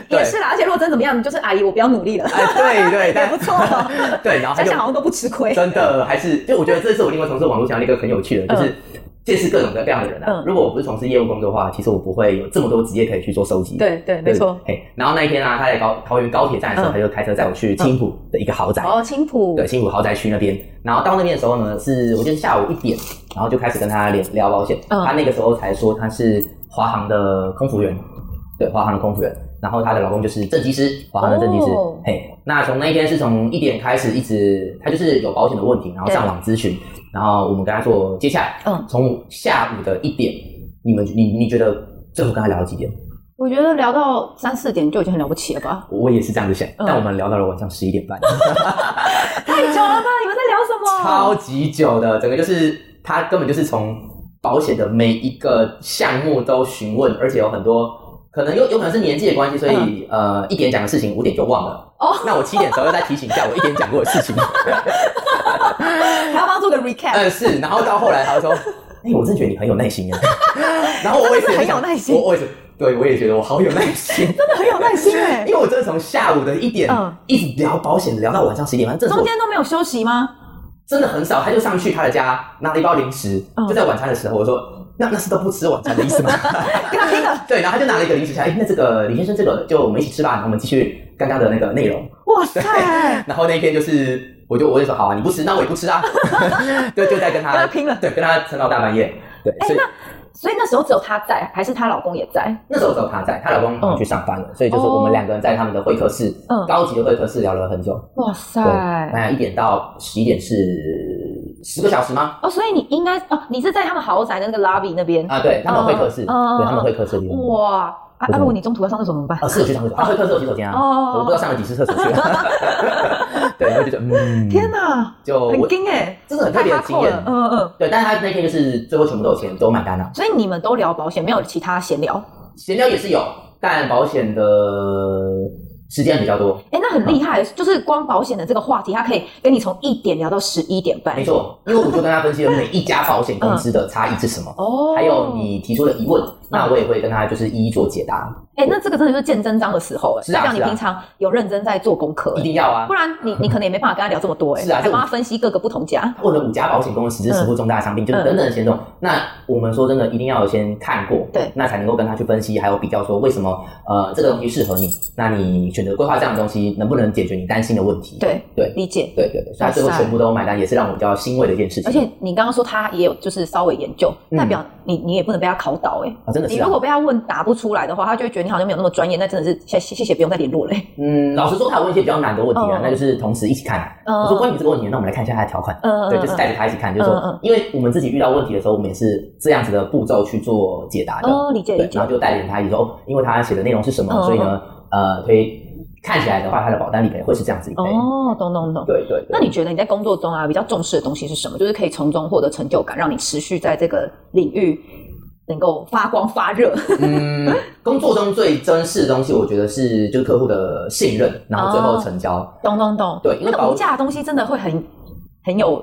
B: 对
A: 也是啦，而且如果真怎么样，就是阿姨，我不要努力了，
B: 哎， 对 对，
A: 也
B: 但
A: 不错。哦
B: 对， 然后他
A: 想
B: 就
A: 想好像都不吃亏。
B: 真的还是就我觉得这是我另外从事网络想的一个很有 趣的，就是。见识各种各样的人啊！
A: 嗯
B: 如果我不是从事业务工作的话，其实我不会有这么多职业可以去做收集。
A: 对对，
B: 对，
A: 没错。
B: 嘿，然后那一天啊，他在高桃园高铁站的时
A: 嗯
B: 候，他就开车载我去青浦的一个豪宅。
A: 哦，青浦，
B: 对，新浦豪宅区那边。然后到那边的时候呢，是我记得下午一点，然后就开始跟他聊聊保险。
A: 嗯
B: 他那个时候才说他是华航的空服员，对，华航的空服员。然后她的老公就是正机师，华航的正机师。
A: 哦
B: 嘿，那从那一天是从一点开始，一直他就是有保险的问题，然后
A: 对
B: 上网咨询，然后我们跟他做接下来，
A: 嗯
B: 从下午的一点，你们你你觉得最后跟他聊到几点？
A: 我觉得聊到三四点就已经很了不起了吧？
B: 我也是这样子想，
A: 嗯
B: 但我们聊到了晚上十一点半。
A: 太久了吧？你们在聊什么？
B: 超级久的，整个就是他根本就是从保险的每一个项目都询问，而且有很多可能有有可能是年纪的关系，所以、呃一点讲的事情五点就忘
A: 嗯
B: 了。
A: 哦
B: 那我七点的时候又再提醒一下我一点 讲过的事情。呃
A: 还要帮他做个 recap。
B: 嗯，是，然后到后来他就说。哎、我真的觉得你很有 耐心耶。然后我也
A: 真的是很有耐心
B: 我我也是，对我也觉得我好有耐心，
A: 真的很有耐心哎、
B: 因为我真的从下午的一点、
A: 嗯
B: 一直聊保险，聊到晚上十一点半，这是我
A: 中间都没有休息吗？
B: 真的很少，他就上去他的家拿了一包零食，
A: 嗯
B: 就在晚餐的时候，我说那那是都不吃晚餐的意思吗？
A: 跟他拼了！
B: 对，然后他就拿了一个零食下来，哎、那这个李先生这个就我们一起吃吧，然后我们继续刚刚的那个内容。
A: 哇塞，
B: 然后那一天就是，我就我就说好啊，你不吃，那我也不吃啊， 对，就在跟他
A: 跟他拼了
B: 对，跟他撑到大半夜。对，所以
A: 所以那时候只有她在，还是她老公也在？
B: 那时候只有她在，她老公好像去上班了，所以就是我们两个人在他们的会客室，
A: 哦嗯
B: 高级的会客室聊了很久。
A: 哇
B: 对，
A: 塞！
B: 那一点到十一点是十个小时吗？
A: 哦，所以你应该哦，你是在他们豪宅的那个 lobby 那边？
B: 啊，对，他们会客室，
A: 嗯嗯
B: 对，他
A: 嗯
B: 们会客室里面。
A: 哇！啊，
B: 对
A: 啊如果你中途要上厕所怎么办？
B: 呃，是有去上厕所，啊，会客室有洗手间啊，
A: 哦
B: 我不知道上了几次厕所 去了。对，然后就觉得嗯，
A: 天哪，
B: 就
A: 很
B: 我
A: 惊哎，
B: 这是很特
A: 太
B: 别的
A: 哈
B: 经
A: 扣了
B: 验。。
A: 嗯嗯嗯。
B: 对，但是他那天就是最后全部都有钱，都买单了。
A: 所以你们都聊保险，没有其他闲聊？
B: 闲聊也是有，但保险的时间比较多。
A: 哎，那很厉害，就是光保险的这个话题，它可以跟你从一点聊到十一点半
B: 没。错，因为我就跟他分析了每一家保险公司的差异是什么，
A: 哦，
B: 还有，你提出的疑问，那我也会跟他就是一一做解答。
A: 哎，那这个真的就是见真章的时候，哎，
B: 是啊
A: 代表你
B: 是啊
A: 平常有认真在做功课，
B: 一
A: 哎
B: 定要啊
A: 不！然你你可能也没办法跟他聊这么多，哎，
B: 是啊
A: 还
B: 这
A: 帮他分析各个不同家。
B: 问了五家保险公司，这是实付重大伤病，
A: 嗯
B: 就是等等的险种。那我们说真的，一定要有先看过，
A: 对
B: 那才能够跟他去分析，还有比较说为什么呃这个东西适合你，那你选择规划这样的东西能不能解决你担心的问题？
A: 对
B: 对
A: 理解。
B: 对对对，所以他最后
A: 哇塞
B: 全部都买单，也是让我比较欣慰的一件事情。
A: 而且你刚刚说他也有就是稍微研究，
B: 嗯
A: 代表你你也不能被他考倒哎、
B: 啊，真的
A: 你
B: 是、啊
A: 如，果被他问答不出来的话，他就会觉得你好像没有那么专业，那真的是谢谢谢谢不用再联络嘞、哎
B: 嗯，老实说，他有问一些比较难的问题
A: 嗯
B: 啊，那就是同时一起看啊。
A: 嗯
B: 我说关于这个问题，那我们来看一下他的条款。
A: 嗯
B: 对，就是带着他一起看，就是
A: 嗯嗯
B: 说，因为我们自己遇到问题的时候，我们也是这样子的步骤去做解答的。
A: 哦，理解
B: 对
A: 理，解
B: 然后就带领他一起说，哦，因为他写的内容是什么，
A: 嗯嗯
B: 所以呢，呃，可以看起来的话，他的保单理赔会是这样子理赔。
A: 哦，懂懂懂。
B: 哎对对对。
A: 那你觉得你在工作中啊比较重视的东西是什么？就是可以从中获得成就感，让你持续在这个领域能够发光发热。
B: 嗯，工作中最珍视的东西，我觉得是就是客户的信任，然后最后成交、
A: 懂懂懂。
B: 对因为
A: 哦那个
B: 保
A: 无价的东西真的会很很有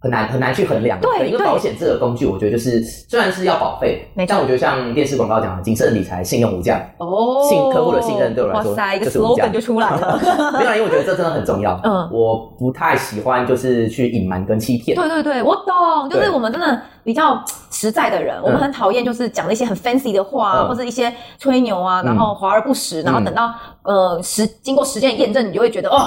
B: 很难很难去衡量的。
A: 对
B: 因为
A: 对
B: 保险这个工具，我觉得就是虽然是要保费
A: 没，错
B: 但我觉得像电视广告讲的谨慎理财、信用无 价，
A: 哦
B: 信客户的信任对我来说
A: 哇塞，一个
B: 就是无价
A: slogan 就出来了。
B: 没有啦，因为我觉得这真的很重要。
A: 嗯
B: 我不太喜欢就是去隐瞒跟欺骗。
A: 对对对，我懂，就是
B: 对
A: 我们真的比较实在的人，我们
B: 嗯
A: 很讨厌就是讲那些很 fancy 的话啊，
B: 嗯
A: 或者一些吹牛啊，然后华而不实，然后等到呃时经过时间的验证，你就会觉得哦，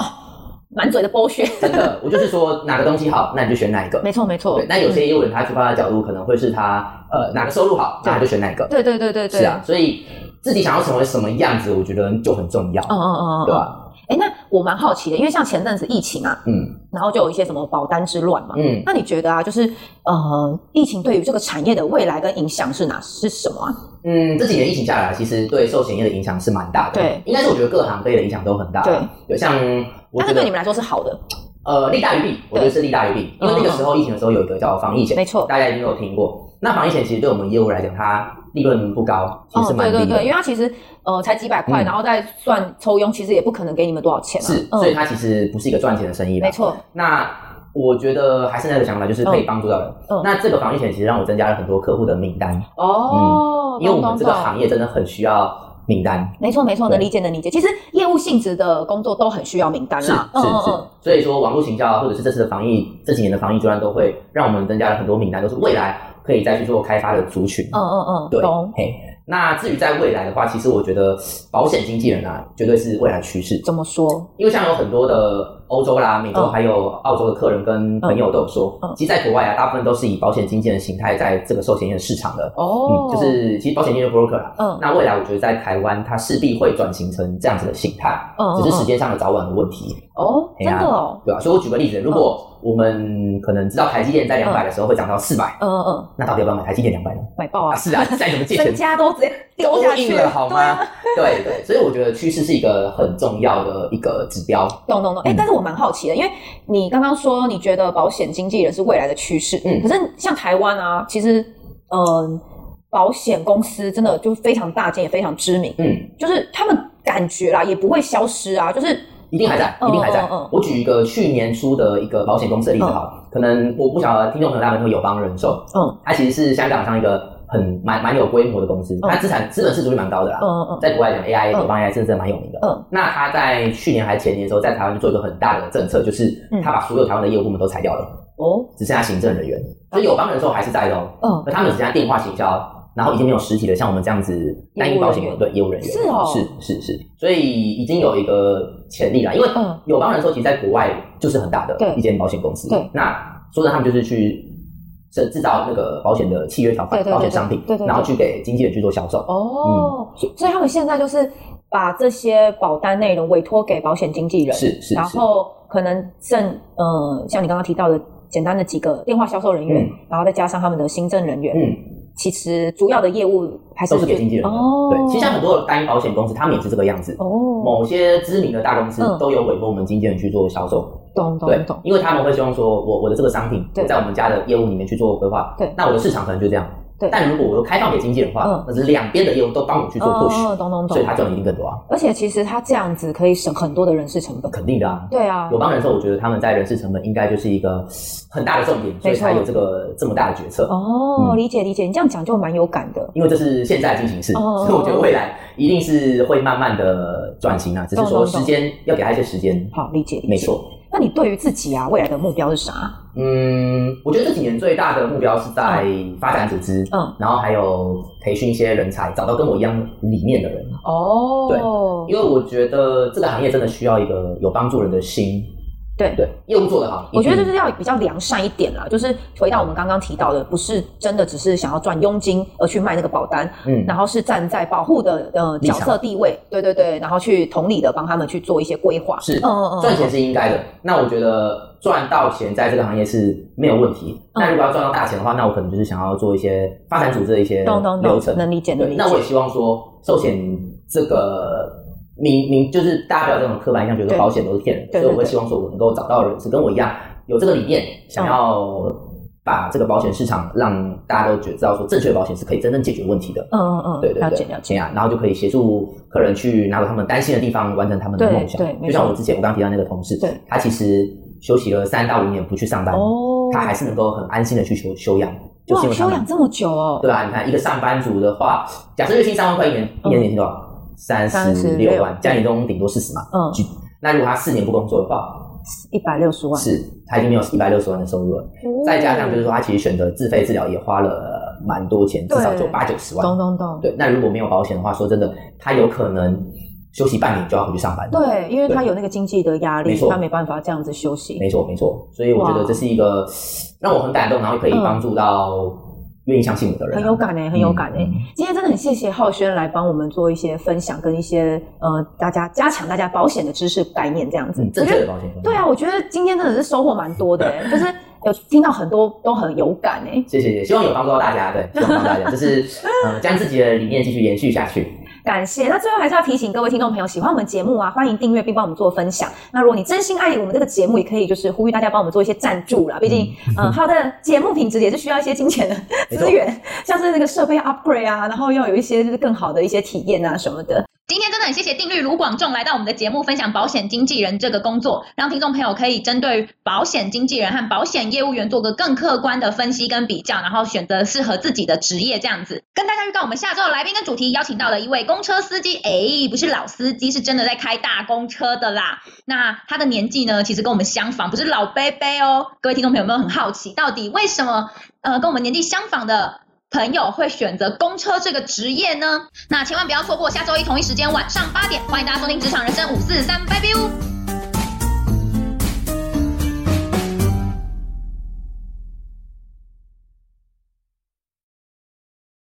A: 满嘴的剥削。
B: 真的，我就是说哪个东西好，那你就选哪一个。
A: 没错没错嗯
B: 对，，那有些业务人他出发的角度可能会是他呃哪个收入好，那他就选哪一个。
A: 对对对对对，
B: 是啊，所以自己想要成为什么样子，我觉得就很重要，
A: 嗯，嗯嗯嗯，
B: 对啊吧？
A: 哎，那我蛮好奇的，因为像前阵子疫情啊，
B: 嗯
A: 然后就有一些什么保单之乱嘛。
B: 嗯，
A: 那你觉得啊，就是呃，疫情对于这个产业的未来跟影响是哪是什么啊？
B: 嗯，这几年疫情下来，其实对寿险业的影响是蛮大的。
A: 对
B: 应该是我觉得各行各业的影响都很大。
A: 对，
B: 对，像我
A: 但
B: 觉
A: 是对
B: 得
A: 你们来说是好的，
B: 呃利大于弊，我觉得是利大于弊，因为那个时候疫情的时候有一个叫防疫险，
A: 嗯没错。
B: 大家一定有听过。那防疫险其实对我们业务来讲，它利润不高，其实是
A: 对
B: 蛮低的。
A: 哦对对，因为它其实呃才几百块，
B: 嗯
A: 然后再算抽佣，其实也不可能给你们多少钱啊。
B: 是，所以它其实不是一个赚钱的生意吧
A: 没。错，
B: 那我觉得还是那个想法，就是可以帮助到人。
A: 嗯
B: 那这个防疫险其实让我增加了很多客户的名单，
A: 哦，
B: 嗯因为我
A: 懂
B: 们
A: 懂
B: 这个
A: 懂
B: 行业真的很需要名单。
A: 没错没错，
B: 对
A: 能理解能理解。其实业务性质的工作都很需要名单
B: 是是
A: 啦。嗯嗯
B: 是
A: 嗯，
B: 所以说网络行销啊或者是这次的防疫，这几年的防疫专案都会让我们增加了很多名单，都是未来可以再去做开发的族群。
A: 嗯嗯嗯，
B: 对
A: 懂。，
B: 嘿。那至于在未来的话，其实我觉得保险经纪人啊，绝对是未来趋势。
A: 怎么说？
B: 因为像有很多的欧洲啦、美洲
A: 嗯
B: 还有澳洲的客人跟朋友都有说，
A: 嗯嗯
B: 其实在国外啊，大部分都是以保险经纪人形态在这个寿险业的市场的。
A: 哦，
B: 嗯，就是其实保险经纪人 broker 啦。
A: 嗯
B: 那未来我觉得在台湾，它势必会转型成这样子的形态，
A: 嗯
B: 只是时间上的早晚的问题，
A: 哦，
B: 哎
A: 真
B: 呀
A: 的哦，
B: 对吧、所以我举个例子，如
A: 嗯
B: 果我们可能知道台积电在两百的时候会涨到四百、
A: 嗯嗯嗯，
B: 那到底要不要买台积电两百呢？
A: 买爆
B: 哎啊，
A: 啊，
B: 是啊，再怎么借
A: 身
B: 钱
A: 家都直接丢
B: 都
A: 下
B: 硬
A: 去
B: 了好
A: 对
B: 吗
A: 啊？
B: 对对，所以我觉得趋势是一个很重要的一个指标。
A: 懂懂懂，哎、
B: 嗯
A: 但是我蛮好奇的，因为你刚刚说你觉得保险经纪人是未来的趋势，
B: 嗯
A: 可是像台湾啊，其实嗯、保险公司真的就非常大间，也非常知名，
B: 嗯，
A: 就是他们感觉啦也不会消失啊，就是
B: 一定还在，一定还在
C: 嗯嗯嗯。
B: 我举一个去年初的一个保险公司的例子好了，可能我不晓得听众朋友他们会友邦人寿，
C: 嗯，
B: 它其实是香港上一个很蛮蛮有规模的公司，它资产资本市值率蛮高的啦
A: 呃
C: 嗯。嗯
B: 在国外讲 AI
C: 嗯
B: 友邦 AI 真的蛮有名的。
C: 嗯，
B: 那它在去年还前年的时候，在台湾就做一个很大的政策，就是
C: 嗯
B: 它把所有台湾的业务部门都裁掉了，
C: 哦，
B: 只剩下行政人员。所以友邦人寿还是在的哦，
A: 呃
C: 嗯，
B: 那他们只剩下电话行销，然后已经没有实体的，像我们这样子单一保险
C: 业务人员
B: 对业务人员
C: 是哦
B: 是是是，所以已经有一个潜力了，因为
C: 嗯
A: 呃
B: 友邦人寿其实在国外就是很大的
C: 对
B: 一间保险公司，
C: 对，
B: 那说真的他们就是去制制造那个保险的契约条款
C: 对、对对
B: 保险商品
C: 对对，对
B: 然后去给经纪人去做销售，嗯
C: 哦，
A: 所以他们现在就是把这些保单内容委托给保险经纪人，
B: 是是
A: 然
B: 是，
A: 后可能剩呃，像你刚刚提到的简单的几个电话销售人员，
B: 嗯
A: 然后再加上他们的行政人员，
B: 嗯，
A: 其实主要的业务还是
B: 都是给经纪人的，
A: 哦，
B: 对，其实像很多单一保险公司，他们也是这个样子。
A: 哦，
B: 某些知名的大公司
A: 嗯
B: 都有委托我们经纪人去做销售，
A: 懂
B: 对
A: 懂懂，，
B: 因为他们会希望说，我我的这个商品
A: 对
B: 在我们家的业务里面去做规划，
A: 对
B: 那我的市场可能就这样，
A: 对
B: 但如果我都开放给经纪人的话
A: 嗯，
B: 那是两边的业务都帮我去做
A: 哦
B: push，
A: 哦懂懂
B: 所以
A: 懂
B: 他。赚的一定更多啊，
A: 而且其实他这样子可以省很多的人事成本。
B: 肯定的啊。
A: 对啊
B: 友，邦人寿，我觉得他们在人事成本应该就是一个很大的重点，所以
A: 没错
B: 才有这个这么大的决策。
A: 哦，
B: 嗯
A: 理解理解，你这样讲就蛮有感的。
B: 因为这是现在的进行式，
A: 哦
B: 所以我觉得未来一定是会慢慢的转型啊，只是
A: 懂
B: 说
D: 懂懂
B: 时间要给他一些时间。
A: 好，理解理解。
B: 没错。
A: 那你对于自己啊未来的目标是啥？
B: 嗯，我觉得这几年最大的目标是在
A: 哦
B: 发展组织，
A: 嗯，
B: 然后还有培训一些人才，找到跟我一样理念的人。
A: 哦，
B: 因为我觉得这个行业真的需要一个有帮助人的心。
A: 对
B: 对，业务做得好，
A: 我觉得
B: 一
A: 就
B: 定
A: 是要比较良善一点啦，就是回到我们刚刚提到的，不是真的只是想要赚佣金而去卖那个保单，
B: 嗯，
A: 然后是站在保护的呃
B: 立
A: 角
B: 场
A: 色地位，对对对，然后去同理的帮他们去做一些规划。
B: 是
A: 嗯嗯
B: 赚钱是应该的。那我觉得赚到钱在这个行业是没有问题。
A: 嗯
B: 那如果要赚到大钱的话，那我可能就是想要做一些发展组织的一些
A: 嗯懂懂
B: 流
A: 懂，
B: 程。
A: 能理解能
B: 对，
A: 理
B: 那我也
A: 解。
B: 希望说，寿险这个明明就是大家不要有这种刻板印象，觉得
A: 对
B: 保险都是骗人，
A: 对对
B: 所以我会
A: 对
B: 希望说，我能够找到人是跟我一样有这个理念，想要
A: 嗯
B: 把这个保险市场让大家都觉知道说，正确的保险是可以真正解决问题的。
A: 嗯嗯嗯，
B: 对对
A: 了解
B: 对，
A: 了
B: 这
A: 解。
B: 样然后就可以协助客人去拿到他们担心的地方，完成他们的
A: 对
B: 梦想。
A: 对没
B: 就像
A: 错
B: 我之前我刚提到那个同事
A: 对，
B: 他其实休息了三到五年不去上班，
A: 哦，
B: 他还是能够很安心的去休休养，就
A: 哇
B: 是因为他
A: 休
B: 们
A: 养这么久哦，
B: 对啊，你看一个上班族的话，假设月薪三万块一年，
A: 嗯
B: 一年年薪多少？三十六万
A: 36，
B: 加年终顶多四十嘛。
A: 嗯，
B: 就那如果他四年不工作的话，
A: 一百六十万，
B: 是他已经没有一百六十万的收入了，再加上就是
A: 哦
B: 说他其实选择自费治疗也花了蛮多钱，至少就
A: 对
B: 八九十
A: 懂
B: 万。
A: 懂懂，
B: 对，那如果没有保险的话，说真的，他有可能休息半年就要回去上班。
A: 对，因为他
B: 对
A: 有那个经济的压
B: 没
A: 力，
B: 错
A: 他没办法这样子休息。
B: 没错，没错。所以我觉得
A: 哇
B: 这是一个让我很感动，然后可以
A: 嗯
B: 帮助到愿意相信我的人啊，
A: 很有感哎、很有感哎、
B: 嗯
A: 今天真的很谢谢浩轩来帮我们做一些分享，跟一些呃大家加强大家保险的知识概念这样子。
B: 嗯，
A: 我
B: 正
A: 觉
B: 确
A: 得
B: 的保险观念。
A: 对啊，我觉得今天真的是收获蛮多的、 欸，就是有听到很多都很有感哎、
B: 谢谢谢谢，希望有帮助到大家，对，希望帮助到大家，就是嗯，将自己的理念继续延续下去。
A: 感谢。那最后还是要提醒各位听众朋友，喜欢我们节目啊，欢迎订阅并帮我们做分享。那如果你真心爱我们这个节目，也可以就是呼吁大家帮我们做一些赞助啦。毕竟，嗯，好的节目品质也是需要一些金钱的
B: 没错
A: 资源，像是那个设备要 upgrade 啊，然后要有一些就是更好的一些体验啊什么的。
C: 今天真的很谢谢定律卢广仲来到我们的节目，分享保险经纪人这个工作，让听众朋友可以针对保险经纪人和保险业务员做个更客观的分析跟比较，然后选择适合自己的职业这样子。跟大家预告，我们下周的来宾跟主题邀请到了一位公车司机，哎，不是老司机，是真的在开大公车的啦。那他的年纪呢，其实跟我们相仿，不是老伯伯哦。各位听众朋友有没有很好奇，到底为什么呃跟我们年纪相仿的朋友会选择公车这个职业呢？那千万不要错过下周一同一时间晚上八点，欢迎大家收听《职场人生五四三》，拜拜哦。